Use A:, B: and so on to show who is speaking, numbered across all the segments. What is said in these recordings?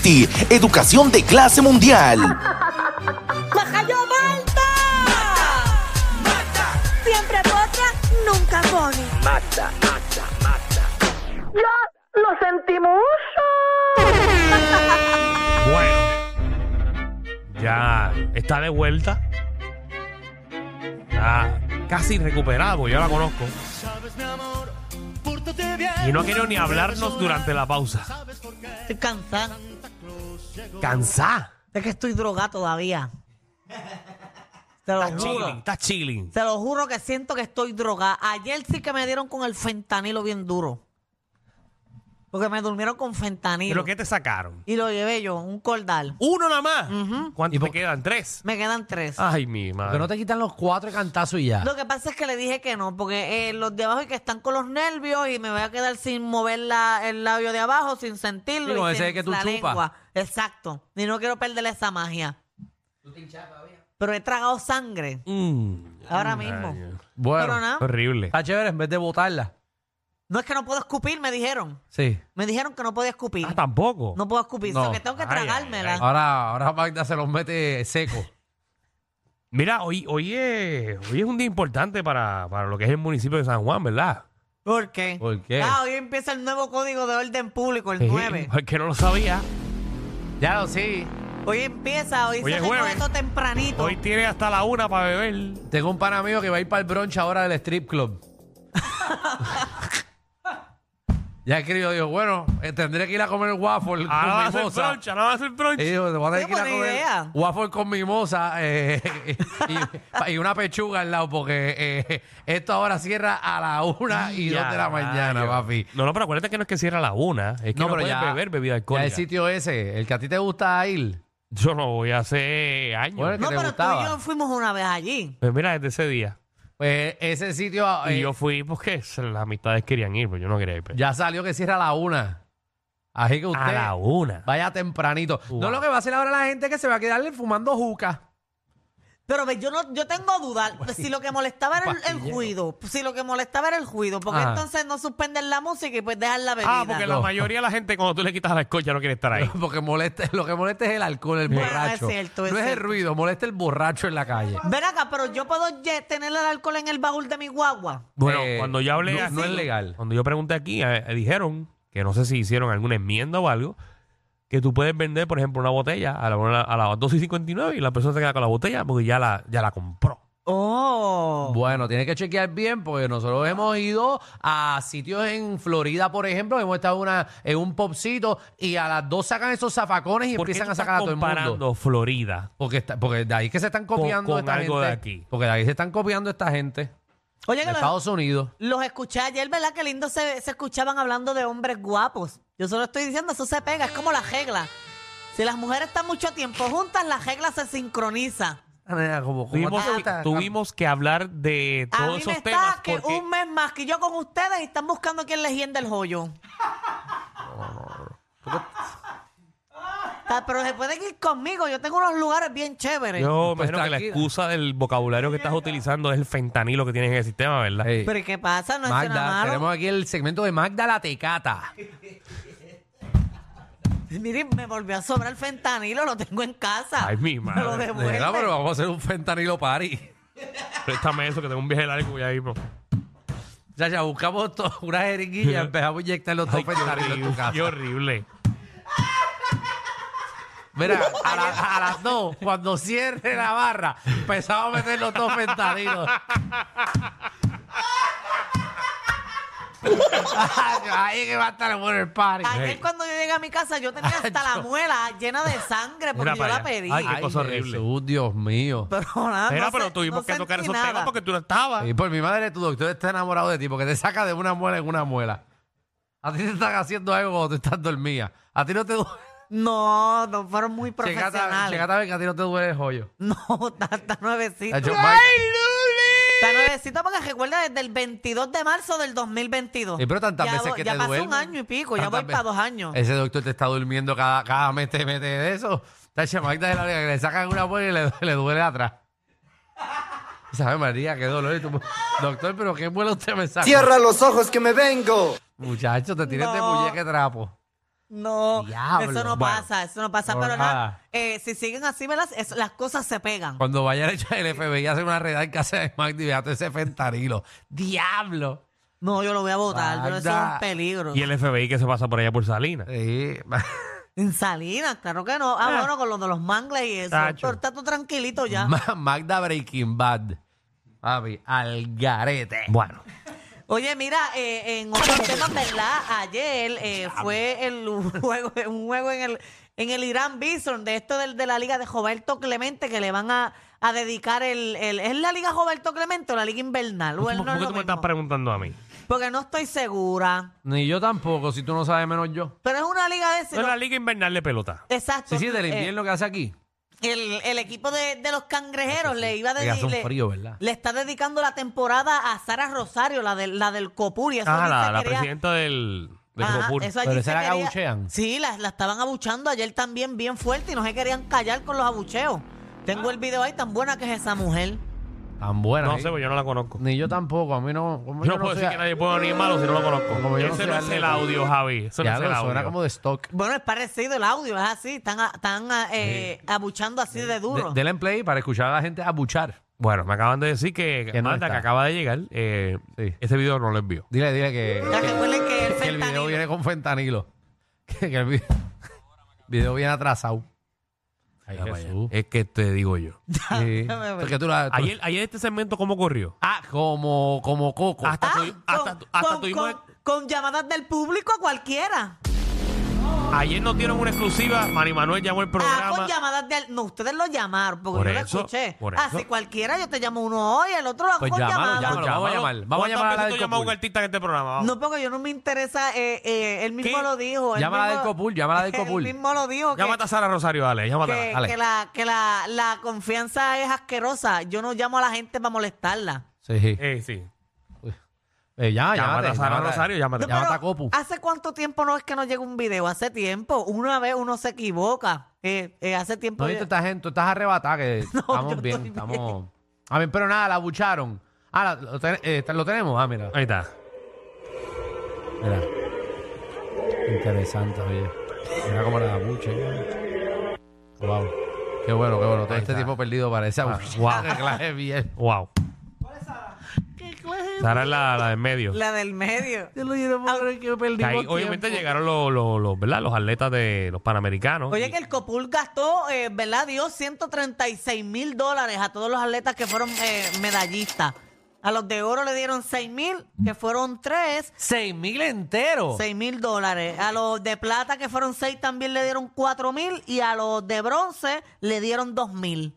A: City, educación de clase mundial.
B: ¡Majayo Malta! ¡Mata! ¡Mata! Siempre potra, nunca pone.
C: Mata, mata, mata.
B: ¡Ya lo sentimos!
D: Bueno, ya está de vuelta. Está casi recuperado, porque yo la conozco. Y no quiero ni hablarnos durante la pausa.
B: Estoy cansada.
D: Cansá.
B: Es que estoy drogada todavía. Te lo
D: Está
B: juro.
D: chilling, está chilling.
B: Te lo juro que siento que estoy drogada. Ayer sí que me dieron con el fentanilo bien duro. Porque me durmieron con fentanilo.
D: ¿Pero qué te sacaron?
B: Y lo llevé yo, un cordal.
D: Uno nada más.
B: Ujú.
D: ¿Cuántos te quedan? ¿Tres?
B: Me quedan tres.
E: Ah.
D: Ay, mi
E: Pero
D: madre.
E: no te quitan los cuatro cantazos y ya.
B: Lo que pasa es que le dije que no, porque eh, los de abajo y que están con los nervios y me voy a quedar sin mover la- el labio de abajo, sin sentirlo.
E: Sí,
B: y
E: con ese
B: sin
E: es que tú
B: la
E: chupas.
B: lengua. Exacto. Y no quiero perder esa magia. Pero he tragado sangre
D: Mm.
B: ahora mismo. Pero
E: Bueno,
D: ¿Ah?
B: nada,
D: Horrible.
E: está chévere en vez de botarla.
B: no es que no puedo escupir, me dijeron.
E: Sí.
B: Me dijeron que no podía escupir.
D: Ah, tampoco.
B: No puedo escupir,
E: No.
B: sino que tengo que
D: Ay,
B: tragármela.
D: ay, Ah.
E: Ahora, ahora Magda se los mete seco.
D: Mira, hoy, hoy, es, hoy es un día importante para, para lo que es el municipio de San Juan, ¿verdad?
B: ¿Por qué?
E: ¿Por qué?
B: Ah, hoy empieza el nuevo código de orden público, el
D: Sí,
B: 9.
D: es que no lo sabía.
E: Ya lo sí.
B: Hoy empieza, hoy,
D: Hoy es
B: se recoge
D: jueves.
B: todo tempranito.
D: Hoy tiene hasta la una para beber.
E: Tengo un pan amigo que va a ir para el brunch ahora del strip club. ya escribió, dijo, bueno, eh, tendré que ir a comer waffle
B: Ah,
D: Ahora va a
E: con
D: hacer
E: mimosa.
D: broncha, ahora va a hacer broncha.
E: Y dijo, te voy a
B: Qué
E: tener que ir a
B: buena
E: comer
B: idea.
E: waffle con mimosa eh, y, y una pechuga al lado, porque eh, esto ahora cierra a la una y dos de la mañana,
D: Diablo.
E: papi.
D: No, no, pero acuérdate que no es que cierra a la una. Es que no, puedes beber bebida
E: ya el
D: alcohólica.
E: sitio ese, el que a ti te gusta ir.
D: Yo no voy hace años.
B: no,
E: Bueno, que te
B: pero tú
E: gustaba.
B: y yo fuimos una vez allí.
D: Pues mira, desde ese día.
E: Pues ese sitio eh,
D: Y yo fui porque se- las amistades querían ir, pero yo no quería ir. pues.
E: ya salió que cierra a la una. Así que usted
D: a la una.
E: vaya tempranito. No
D: Wow.
E: lo que va a hacer ahora la gente es que se va a quedar fumando juca.
B: Pero ve, yo no, yo tengo dudas. Si lo que molestaba era el, el
E: Pastillero.
B: ruido, si lo que molestaba era el ruido, porque
E: Ajá.
B: entonces no suspenden la música y pues dejan la bebida.
D: Ah, porque la
E: No.
D: mayoría de la gente cuando tú le quitas la escocha no quiere estar ahí.
E: Porque molesta, lo que molesta es el alcohol, el
B: Bueno,
E: borracho.
B: es Ah, cierto, es
E: no es el
B: cierto.
E: ruido, molesta el borracho en la calle.
B: Ven acá, pero yo puedo ye- tener el alcohol en el baúl de mi guagua.
D: Bueno,
E: Eh,
D: cuando yo hablé
E: no- no
D: así,
E: es legal.
D: Cuando yo pregunté aquí, eh, eh, dijeron que no sé si hicieron alguna enmienda o algo, que tú puedes vender, por ejemplo, una botella a, la, una- a las 12 y 59 y la persona se queda con la botella porque ya la, ya la compró.
B: Oh.
E: Bueno, tienes que chequear bien porque nosotros hemos ido a sitios en Florida, por ejemplo, hemos estado en una, en un popcito y a las dos sacan esos zafacones y
D: ¿Por qué
E: empiezan
D: tú
E: a sacar a todo
D: estás
E: el mundo.
D: comparando Florida?
E: Porque, está- porque de ahí es que se están copiando
D: con
E: esta
D: algo
E: gente.
D: de aquí.
E: Porque de ahí se están copiando esta gente.
B: Oye,
E: De
B: que los,
E: Estados Unidos.
B: los escuché ayer, ¿verdad? Qué lindo se, se escuchaban hablando de hombres guapos. Yo solo estoy diciendo, eso se pega, es como la regla. Si las mujeres están mucho tiempo juntas, la regla se sincroniza.
D: Ah,
E: Como,
D: Tuvimos, que, tuvimos que hablar de
B: A
D: todos
B: mí me
D: esos
B: está
D: temas
B: que
D: porque
B: un mes más que yo con ustedes y están buscando quién les hiende el joyo. Ah, Pero se pueden ir conmigo, yo tengo unos lugares bien chéveres.
D: yo
E: Pues
D: imagino que la
E: tranquila.
D: excusa del vocabulario que estás utilizando es el fentanilo que tienes en el sistema, ¿verdad?
B: Pero ¿y qué pasa? No es nada
E: Magda,
B: malo.
E: tenemos aquí el segmento de Magda la Tecata.
B: Miren, me volvió a sobrar el fentanilo, lo tengo en casa.
D: Ay, mi
B: Me
D: madre.
B: lo
D: De
B: devuelven.
E: Mira, pero vamos a hacer un fentanilo party.
D: Préstame eso que tengo un viaje largo ya mismo.
E: Ya, ya, buscamos to- una jeringuilla y empezamos a inyectar los dos
D: Ay, qué
E: fentanilos en tu
D: horrible,
E: casa.
D: qué horrible.
E: Mira, a, la- a las dos, cuando cierre la barra, empezamos a meter los dos fentanilos. Ay, Ahí que va a estar bueno el party.
B: Ayer cuando yo llegué a mi casa yo tenía hasta la muela llena de sangre porque
D: Mira
B: yo
D: para
B: la
D: allá.
B: pedí.
D: Ay, qué cosa horrible.
E: Jesús, Dios mío.
B: Pero nada,
D: Mira,
B: Ah, no
D: pero
B: se-
D: tuvimos
B: no
D: que tocar
B: sentí
D: esos
B: nada.
D: temas porque tú no estabas.
E: Y por mi madre, tu doctor está enamorado de ti porque te saca de una muela en una muela. A ti te están haciendo algo cuando tú estás dormida. A ti no te duele.
B: No, no fueron muy
E: Checate a-
B: profesionales.
E: checate a ver que a ti no te duele el joyo.
B: No, está, está nuevecito.
E: Ay, yo-
B: Está nuevecito porque recuerda desde el 22 de marzo del 2022.
E: Eh, pero tantas
B: ya,
E: veces
B: voy-
E: que
B: ya
E: te
B: pasó
E: duele. Eh,
B: un año y pico, ya voy para dos años.
E: Ese doctor te está durmiendo cada, cada mes, te mete de eso. Está chamaquita de la vida que le sacan una muela y le, le duele atrás. ¿Sabes, María? Qué dolor. Y tú, doctor, pero qué muela usted me saca.
F: Cierra los ojos que me vengo.
E: Muchacho, te tienes de
B: No.
E: muñeque trapo.
B: No,
E: Diablo.
B: eso no
E: Bueno.
B: pasa, eso no pasa.
E: No,
B: pero nada,
E: nada.
B: eh, si siguen así, ¿verdad? Es- las cosas se pegan.
E: Cuando vaya a echar el FBI a hacer una redada en casa de Magdi, vea todo ese fentanilo. ¡Diablo!
B: No, yo lo voy a votar, pero eso es
E: Anda.
B: un peligro.
D: Y el FBI que se pasa por allá por Salinas.
E: Sí.
B: En Salinas, claro que no. Ah, bueno, con lo de los mangles y eso.
D: Tacho.
B: Pero está tú tranquilito ya.
E: Ma- Magda Breaking Bad. Papi, al garete.
D: Bueno,
B: Oye, mira, eh, en otros temas, ¿verdad? Ayer eh, fue el juego, un juego en el, en el Irán Bison, de esto del, de la liga de Roberto Clemente, que le van a, a dedicar el, el- ¿Es la liga Roberto Clemente o la liga invernal?
D: ¿por,
B: Bueno, Pues no
D: por
B: es
D: qué
B: lo
D: tú me estás
B: mismo.
D: preguntando a mí?
B: Porque no estoy segura.
E: Ni yo tampoco, si tú no sabes menos yo.
B: Pero es una liga de...
D: No es la liga invernal de pelota.
B: Exacto.
E: Sí, sí, del
B: Eh,
E: invierno que hace aquí.
B: el, el equipo de, de los cangrejeros le iba a
E: Que hace
B: dedicar...
E: un frío, ¿verdad?
B: Le está dedicando la temporada a Sara Rosario, la, del la del Copur. Y eso
D: Ah,
B: ni
D: la,
B: se
D: la
B: quería-
D: presidenta del, del
B: Ajá,
D: Copur.
B: eso allí
E: Pero
B: se
E: esa la que
B: quería-
E: abuchean.
B: Sí, la, la estaban abuchando ayer también bien fuerte y no se querían callar con los abucheos. Tengo el video ahí tan buena que es esa mujer.
E: Tan buena.
D: No
E: ¿eh?
D: sé, pues yo no la conozco.
E: Ni yo tampoco, a mí no. como
D: Yo no puedo
E: soy
D: decir
E: a-
D: que nadie puede ni malo si no lo conozco.
E: Como yo no
D: Ese
E: soy
D: no es el
E: atleta.
D: audio, Javi. Eso no
E: Ya
D: es el
E: lo, suena
D: audio.
E: como de stock.
B: Bueno, es parecido el audio, es así. Están, a- están a- eh, abuchando así de duro.
E: De- Denle en play para escuchar a la gente abuchar.
D: Bueno, me acaban de decir que,
E: Que no
D: Amanda, que
E: está.
D: acaba de llegar, eh,
E: Sí.
D: ese video no lo envió.
E: Dile, dile que,
B: Ya recuerden que el
E: que el video
B: fentanilo-
E: viene con fentanilo. Que, que el vi- video viene atrasado. Ay, Jesús.
D: Es que te digo yo.
E: Sí. Es que tú la- tú-
D: Ayer, ayer este segmento, ¿cómo corrió?
E: Ah, como, como coco.
D: Hasta,
B: Ah,
D: tu- hasta,
B: con-
D: tu- hasta
B: con-
D: tuvimos-
B: con- con llamadas del público a cualquiera.
D: Ayer nos dieron una exclusiva. Mari Manuel llamó el
B: Ah,
D: programa.
B: con llamadas del. No, ustedes lo llamaron, porque
D: Por
B: yo lo
D: eso,
B: escuché.
D: por
B: Ah,
D: eso.
B: si cualquiera, yo te llamo uno hoy, el otro lo hago
E: Pues
B: con
E: llámalo,
B: llamada.
E: llámalo. vamos a llamar, vamos a
D: ¿Cuántas
E: llamar a la
D: veces
E: del
D: tú llamas a un
E: Copul?
D: artista en este programa? Vamos.
B: No, porque yo no me interesa. Eh, eh, él mismo
D: ¿Qué?
B: lo dijo. él
E: Llámala
B: mismo-
E: del Copul, llámala del Copul.
B: Él mismo lo dijo. que-
D: Llámate a Sara Rosario, dale. Llámate.
B: que,
E: dale.
B: que la, que la, la confianza es asquerosa. Yo no llamo a la gente para molestarla.
E: Sí, sí.
D: Eh, sí.
E: Eh, ya,
D: Llámate a
E: llámate,
D: Sara
E: llámate.
D: Rosario, llámate.
B: No,
E: Llámate
B: pero
E: a Copu.
B: ¿Hace cuánto tiempo no es que no llega un video? Hace tiempo. Una vez uno se equivoca. Eh, eh, hace tiempo.
E: No,
B: yo-
E: viste, estás, en- tú estás arrebatada, que
B: yo
E: estamos bien,
B: estoy
E: estamos... A ver, pero nada, la abucharon. Ah, la- lo, ten- eh, lo tenemos. Ah, mira.
D: Ahí está.
E: Mira. Interesante, oye. Mira como la abuche. Wow. Qué bueno, qué bueno. Todo este tiempo perdido para
D: Ah,
E: esa abuche.
D: wow.
E: Qué clase de mierda.
D: Wow. Sara es la, la del medio.
B: La del medio.
D: Que ahí, obviamente llegaron los, los, los, ¿verdad? los atletas de los panamericanos.
B: Oye, que el Copul gastó, eh, ¿verdad? Dio 136 mil dólares a todos los atletas que fueron eh, medallistas. A los de oro le dieron 6 mil, que fueron 3,
E: ¡Seis mil enteros!
B: 6 mil dólares. A los de plata, que fueron 6, también le dieron 4 mil. Y a los de bronce le dieron 2 mil.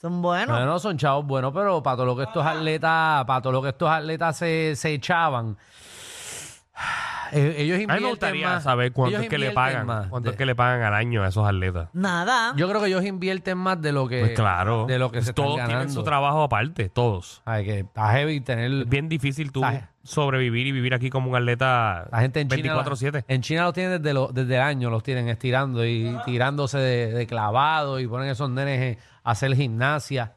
B: Son buenos.
E: Bueno, son chavos buenos, pero para todo lo que estos atletas, para todo lo que estos atletas se, se echaban. eh, Ellos
D: a mí
E: invierten
D: me gustaría
E: más.
D: saber cuánto
E: ellos
D: es que le
E: invierten
D: pagan.
E: más
D: Cuánto
E: de-
D: es que le pagan al año a esos atletas.
B: Nada.
E: Yo creo que ellos invierten más de lo que
D: Pues claro.
E: Eh, de lo que
D: Pues
E: se
D: todos
E: están
D: tienen su
E: ganando.
D: trabajo aparte, todos.
E: Ay, que está heavy tener
D: Es bien difícil tú
E: Ay.
D: sobrevivir y vivir aquí como un atleta
E: la gente en China.
D: 24-7.
E: En China los tienen desde, lo- desde el año, los tienen estirando y tirándose de, de clavado y ponen esos nenes eh, a hacer gimnasia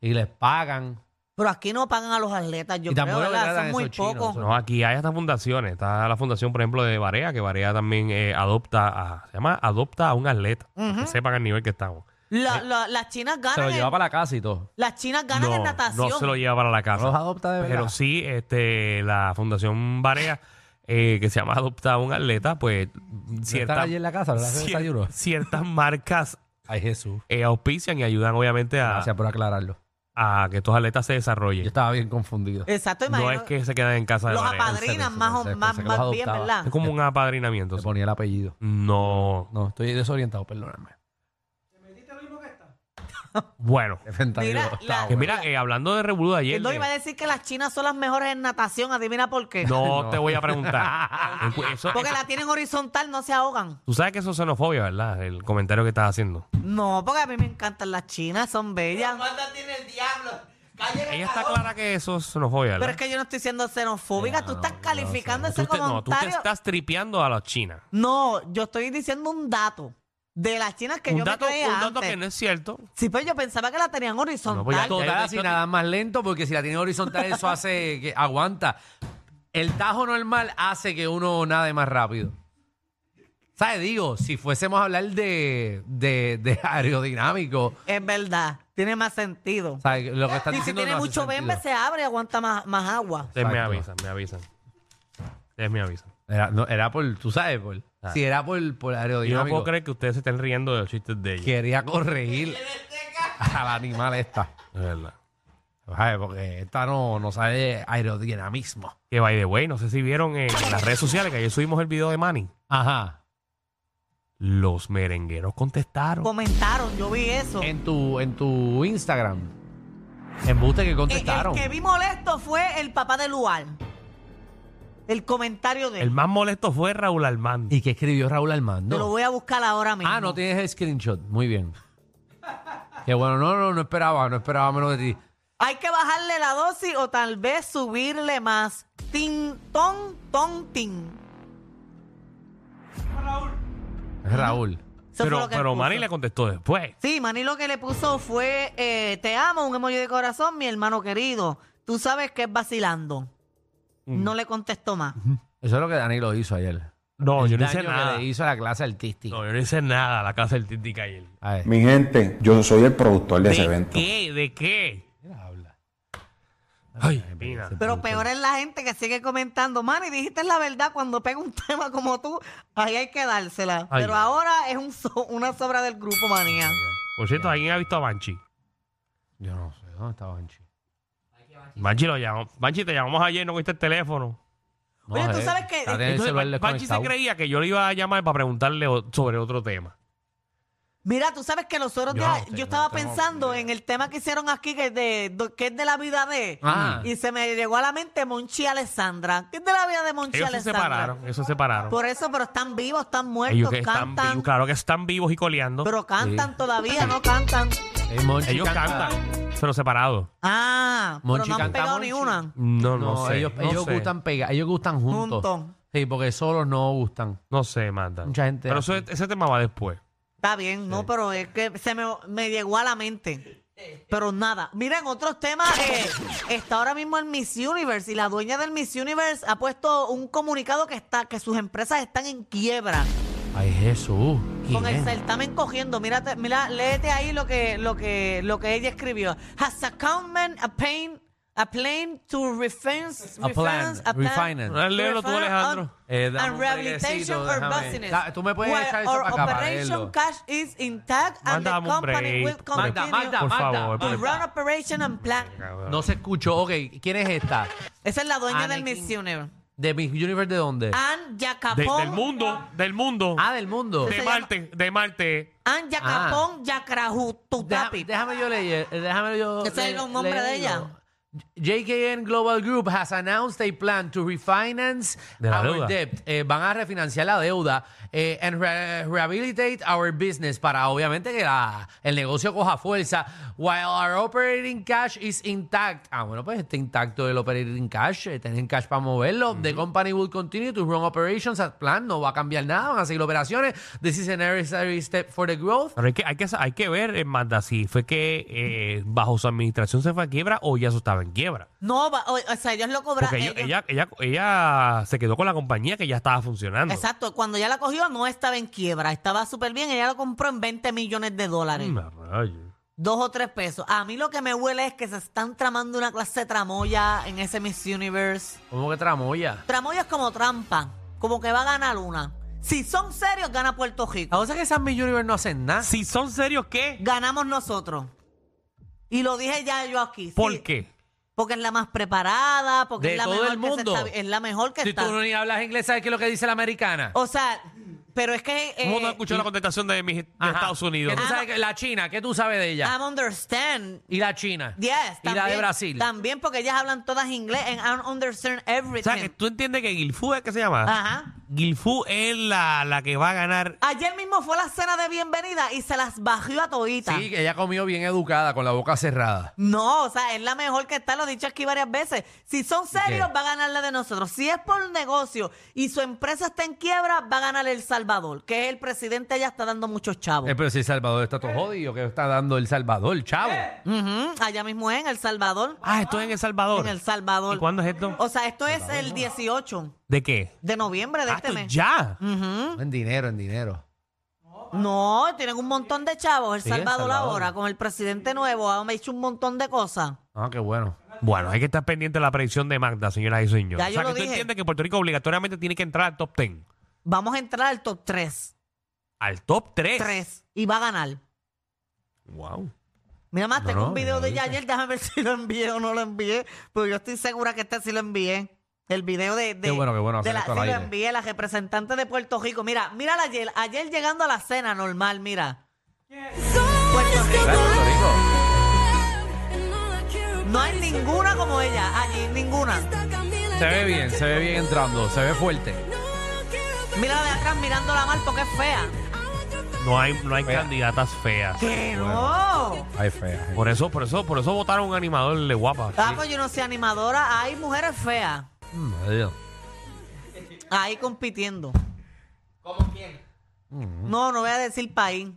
E: y les pagan.
B: Pero aquí no pagan a los atletas. Yo
E: Y tampoco
B: creo,
E: le
B: ¿verdad?
E: tratan
B: Son muy
E: esos chinos,
B: pocos.
E: son-
D: No, aquí hay hasta fundaciones. Está la fundación, por ejemplo, de Barea, que Barea también eh, adopta a, se llama adopta a un atleta, que sepan el nivel que estamos.
B: La- la- las chinas
E: Eh, Se lo
B: ganan.
E: lleva
B: en-
E: para la casa y todo.
B: Las chinas ganan
D: No,
B: en natación.
D: no se lo lleva para la casa.
E: No los adopta de verdad.
D: Pero sí, este, la Fundación Barea, eh, que se llama Adopta a un Atleta, pues
E: estar
D: ciertas
E: allí en la casa, ¿verdad?
D: cier-
E: Desayuno.
D: ciertas marcas
E: Ay, Jesús.
D: eh, auspician y ayudan obviamente a,
E: Gracias por aclararlo.
D: a que estos atletas se
E: Yo
D: desarrollen.
E: estaba bien confundido.
B: Exacto,
D: No es
B: imagino.
D: que se queden en casa de
B: los
D: Barea.
B: apadrinan
E: se-
B: más
E: se-
B: o
E: se-
B: más,
E: se los
B: más bien,
E: adoptaba.
B: ¿verdad?
D: Es como un apadrinamiento.
E: Le
D: sí.
E: ponía el apellido.
D: No.
E: No, estoy desorientado, perdóname.
D: Bueno.
E: De fentanilo.
B: Mira,
E: Estaba
B: la-
D: Que
E: bueno.
D: mira, eh, hablando de Revolú de ayer.
B: No iba a
D: eh,
B: decir que las chinas son las mejores en natación, adivina por qué.
D: no,
E: No.
D: te voy a preguntar. Encu- eso-
B: Porque
D: eso-
B: la tienen horizontal, no se ahogan.
D: tú sabes que eso es xenofobia, ¿verdad? El comentario que estás haciendo.
B: No, porque a mí me encantan las chinas, son bellas.
D: Ella está clara que eso es xenofobia, ¿verdad?
B: Pero es que yo no estoy siendo xenofóbica, tú estás calificando
D: Tú
B: ese
D: te- no, tú te
B: comentario.
D: estás tripeando a los chinas.
B: No, yo estoy diciendo un dato de las chinas que
D: un
B: yo
D: dato,
B: me creía
D: un dato
B: antes.
D: que no es cierto.
B: Sí, pero yo pensaba que la tenían horizontal.
D: pues ya-
E: Total, así nada más lento, porque si la tiene horizontal, eso hace que aguanta. el tajo normal hace que uno nade más rápido. ¿Sabes? Digo, si fuésemos a hablar de, de, de aerodinámico,
B: Es verdad, tiene más sentido.
E: ¿sabes? Lo que estás
B: Y si
E: diciendo
B: tiene
E: no hace
B: mucho
E: sentido.
B: bembe, se abre y aguanta más, más agua.
D: Ustedes me
E: Exacto.
D: avisan, me avisan. Ustedes me avisan.
E: Era, no, era por, tú sabes, por.
D: Ah.
E: Si era por, por
D: Y yo no
E: aerodinámico.
D: puedo creer que ustedes se estén riendo de los chistes de ellos.
E: quería corregir al animal esta.
D: De verdad.
E: ¿Sabes? Porque esta no, no sabe aerodinamismo.
D: Que by the way, no sé si vieron en las redes sociales que ayer subimos el video de Manny.
E: Ajá.
D: Los merengueros contestaron.
B: Comentaron, yo vi eso.
E: En tu, en tu Instagram. Embuste que
B: El, el
E: contestaron.
B: que vi molesto fue el papá de Luar. El comentario de
D: El
B: él.
D: más molesto fue Raúl Armando.
E: ¿Y qué escribió Raúl Armando?
B: Te lo voy a buscar ahora mismo.
E: Ah, no tienes el screenshot. Muy bien. Que bueno, no, no, no esperaba, no esperaba menos de ti.
B: Hay que bajarle la dosis o tal vez subirle más. Tin, ton, ton, tin.
E: Raúl.
B: Eso fue
D: Pero,
B: lo que él
D: pero
B: puso.
D: Manny le contestó después.
B: Sí, Manny lo que le puso fue, eh, te amo, un emoji de corazón, mi hermano querido. Tú sabes que es vacilando.
D: Mm.
B: No le contestó más.
E: Eso es lo que Danilo hizo ayer.
D: No,
E: El
D: yo no hice
E: daño que
D: nada.
E: le hizo a la clase artística.
D: No, yo no hice nada a la casa del Titi ayer.
E: A ver.
F: Mi gente, yo soy el productor de, ese evento.
D: qué? ¿De qué?
E: Habla.
D: Ay, mira.
B: Pero peor es la gente que sigue comentando, Manny, dijiste la verdad cuando pega un tema como tú, ahí hay que dársela.
D: Ay.
B: Pero ahora es un so- una sobra del grupo Manía.
D: Por cierto, ¿alguien ha visto a Banshee?
E: Yo no sé, ¿dónde está Banchi?
D: Banshee lo llamó. Banshee, te llamamos ayer, no viste el teléfono.
B: Oye, tú sabes que-
E: Está en el
D: Entonces,
E: celular
D: Ban- eh, Banshee se
E: desconectado.
D: creía que yo le iba a llamar para preguntarle o- sobre otro tema.
B: Mira, tú sabes que los otros
E: Yo
B: días
E: no sé,
B: yo
E: no
B: estaba
E: tengo
B: pensando en el tema que hicieron aquí, que es de, do- que es de la vida de...
E: Ah.
B: Y se me llegó a la mente Monchi Alessandra. ¿Qué es de la vida de Monchi
D: Ellos se
B: Alessandra?
D: separaron, ellos se separaron.
B: Por eso, pero están vivos, están muertos,
D: Ellos que están
B: cantan.
D: vivos, claro que están vivos y coleando.
B: Pero cantan todavía, no cantan.
E: Eh, Monchi
D: ellos
E: canta.
D: cantan, pero separados.
B: Ah,
E: Monchi
B: pero no han
E: canta,
B: pegado ni
E: Monchi.
B: una.
D: No, no,
E: No,
D: sé.
E: ellos,
D: no
E: ellos
D: sé.
E: gustan pega, ellos gustan juntos.
B: Juntos.
E: Sí, porque solos no gustan.
D: No sé, manda.
E: Mucha gente
D: Pero
E: hace.
D: eso- ese tema va después.
B: Está bien, no, pero es que se me, me llegó a la mente. Pero nada, miren, otros temas. eh, está ahora mismo el Miss Universe y la dueña del Miss Universe ha puesto un comunicado que está que sus empresas están en quiebra
E: Ay, Jesús. ¿quién
B: con
E: es?
B: el certamen cogiendo. Mírate, mira, léete ahí lo que, lo que, lo que ella escribió. Has a common a pain, a plan to refinance,
E: A plan, refinance.
D: Ah, léelo tú,
B: refinance
D: Alejandro.
B: on-
E: Eh, dame
B: and
E: un
B: rehabilitation
E: brequecito,
B: or
E: déjame.
B: business.
E: Da- tú me puedes
B: where
E: echar eso
B: our
E: pa' acá, para
B: operation
E: leerlo.
B: cash is intact and
D: Manda, dame
B: the
D: un
B: company
D: break.
B: will continue
E: Magda, Magda,
D: Por
E: Magda,
D: favor,
B: to
E: Magda.
B: run operation and plan.
E: No se escuchó. Ok, ¿quién es esta?
B: Esa es la dueña del
E: Anakin.
B: Miss Universe.
E: ¿De Miss Universe de dónde?
B: Ann
D: De- del
B: Jacapón.
D: mundo, del mundo.
E: Ah, del mundo.
D: de
B: se
D: Marte, de Marte.
B: Ann
E: Ah.
B: Jacapón Yacrajututapi.
E: Déjame, déjame yo leer. eh, Déjame yo
B: Ese es
E: le-
B: el nombre de
E: leerlo.
B: ella.
E: JKN Global Group has announced a plan to refinance
D: De la
E: our
D: deuda.
E: debt. Eh, van a refinanciar la deuda eh, and re- rehabilitate our business para obviamente que la- el negocio coja fuerza. While our operating cash is intact. Ah, bueno, pues está intacto el operating cash. eh, tienen cash para moverlo. The company will continue to run operations as planned. No va a cambiar nada. Van a seguir operaciones. This is a necessary step for the growth.
D: Pero hay que, hay que, sa- hay que ver, eh, Magda, si fue que eh, bajo su administración se fue a quiebra o ya eso estaba en quiebra.
B: No, va- o, o sea, ellos lo cobraron.
D: Porque
E: eh,
D: ellos- ella, ella, ella se quedó con la compañía que ya estaba funcionando.
B: Exacto, cuando ya la cogió no estaba en quiebra, estaba súper bien, ella lo compró en 20 millones de dólares,
D: Mm, a rayos.
B: dos o tres pesos. A mí lo que me huele es que se están tramando una clase de tramoya en ese Miss Universe.
E: ¿Cómo que tramoya?
B: Tramoya es como trampa, como que va a ganar una. Si son serios, gana Puerto Rico.
E: La cosa es que San Miss Universe no hacen nada.
D: Si son serios, ¿qué?
B: Ganamos nosotros. Y lo dije ya yo aquí.
D: ¿Por
B: sí,
D: qué?
B: Porque es la más preparada, porque
E: De
B: es la
E: todo
B: mejor
E: el
B: que se
E: mundo.
B: está- es la mejor que
E: Si
B: está.
E: tú ni hablas inglés, ¿sabes qué es lo que dice la americana?
B: O sea, pero es que...
D: ¿Cómo no
B: eh,
D: escuchado la contestación de, mis- de
E: Ajá.
D: Estados Unidos?
E: ¿Qué
B: Ah,
E: tú sabes que- la China, ¿qué tú sabes de ella?
B: I'm understand
E: y la China.
B: Yes,
E: y la de Brasil.
B: También porque ellas hablan todas inglés and I don't understand
D: O sea, que
B: everything.
E: Ah.
D: tú entiendes que Gilfú es que se llama.
B: Ajá.
D: Gilfú es la, la que va a ganar.
B: Ayer mismo fue la cena de bienvenida y se las bajó a todita.
E: Sí, que ella comió bien educada, con la boca cerrada.
B: No, o sea, es la mejor que está, lo he dicho aquí varias veces. Si son serios,
E: ¿Qué?
B: va a ganar la de nosotros. Si es por negocio y su empresa está en quiebra, va a ganar El Salvador, que es el presidente, ya está dando muchos chavos.
E: Eh, pero si El Salvador está todo jodido, que está dando El Salvador, chavo.
B: Ujú, allá mismo es, en El Salvador.
D: Ah, esto es en El Salvador.
B: En El Salvador. Oh,
D: ¿Y cuándo es esto?
B: O sea, esto es el 18
D: ¿De qué?
B: de noviembre de
D: Ah,
B: este
D: esto
B: mes.
D: ya.
B: Ujú.
E: En dinero, en dinero.
B: No, tienen un montón de chavos. El
E: Sí, El
B: Salvador,
E: Salvador.
B: ahora, con el presidente nuevo, ha hecho un montón de cosas.
E: Ah, qué bueno.
D: Bueno, hay que estar pendiente de la predicción de Magda, señoras y señores.
B: Ya
D: o
B: yo
D: sea,
B: lo
D: que usted
B: dije.
D: entiende que Puerto Rico obligatoriamente tiene que entrar al top 10.
B: Vamos a entrar al top 3.
D: Al top 3.
B: 3. Y va a ganar.
D: Wow.
B: Mira más,
E: No,
B: tengo
E: no,
B: un video
E: me
B: de ella
E: avisa.
B: ayer, déjame ver si lo envié o no lo envié, pero yo estoy segura que este sí lo envié. El video de, de,
E: Qué bueno, qué bueno
B: de
E: hacer
B: la,
E: esto al
B: sí lo
E: aire.
B: envié, la representante de Puerto Rico. Mira, mira ayer, ayer llegando a la cena normal, mira. Puerto Rico. No hay ninguna como ella, allí, ninguna.
E: Se ve bien, se ve bien entrando, se ve fuerte.
B: Mira de atrás mirándola mal porque es fea.
D: No hay, no hay
E: Fea.
D: candidatas feas.
B: ¡Que no!
E: Ay, fea.
D: Por eso, por eso, por eso votaron un animador de guapa.
B: Ah,
D: Sí.
B: pues yo no sé animadora, hay mujeres feas
E: Mm, adiós.
B: ahí compitiendo. ¿Cómo
E: Mm.
B: quién? No, no voy a decir país.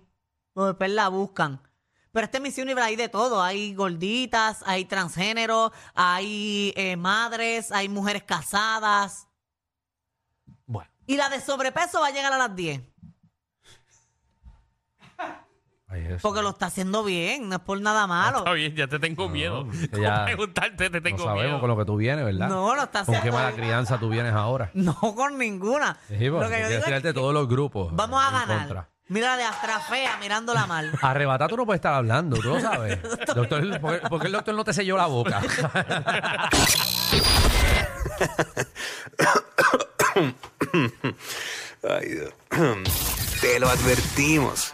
B: No, después la buscan. Pero este Miss Universe hay de todo. Hay gorditas, hay transgénero, hay eh, madres, hay mujeres casadas.
D: Bueno.
B: Y la de sobrepeso va a llegar a las 10.
E: Ay, Jesús.
B: Porque lo está haciendo bien, no es por nada malo.
D: Está bien, ya te tengo miedo. Con
E: ya-
D: preguntarte, te
E: no
D: tengo
E: sabemos
D: miedo.
E: con lo que tú vienes, ¿verdad?
B: No, lo está
E: Con
B: haciendo
E: qué mala
B: bien.
E: crianza tú vienes ahora.
B: No con ninguna.
E: Sí, porque
B: lo que yo
E: quieres
B: digo es
E: tirarte
B: que
E: todos los grupos.
B: vamos a
E: en
B: ganar.
E: contra.
B: Mira la de atrás fea mirándola mal.
E: Arrebatá, tú no puedes estar hablando, tú lo sabes. doctor, ¿por, qué, por qué el doctor no te selló la boca?
C: Ay, Dios. Te lo advertimos.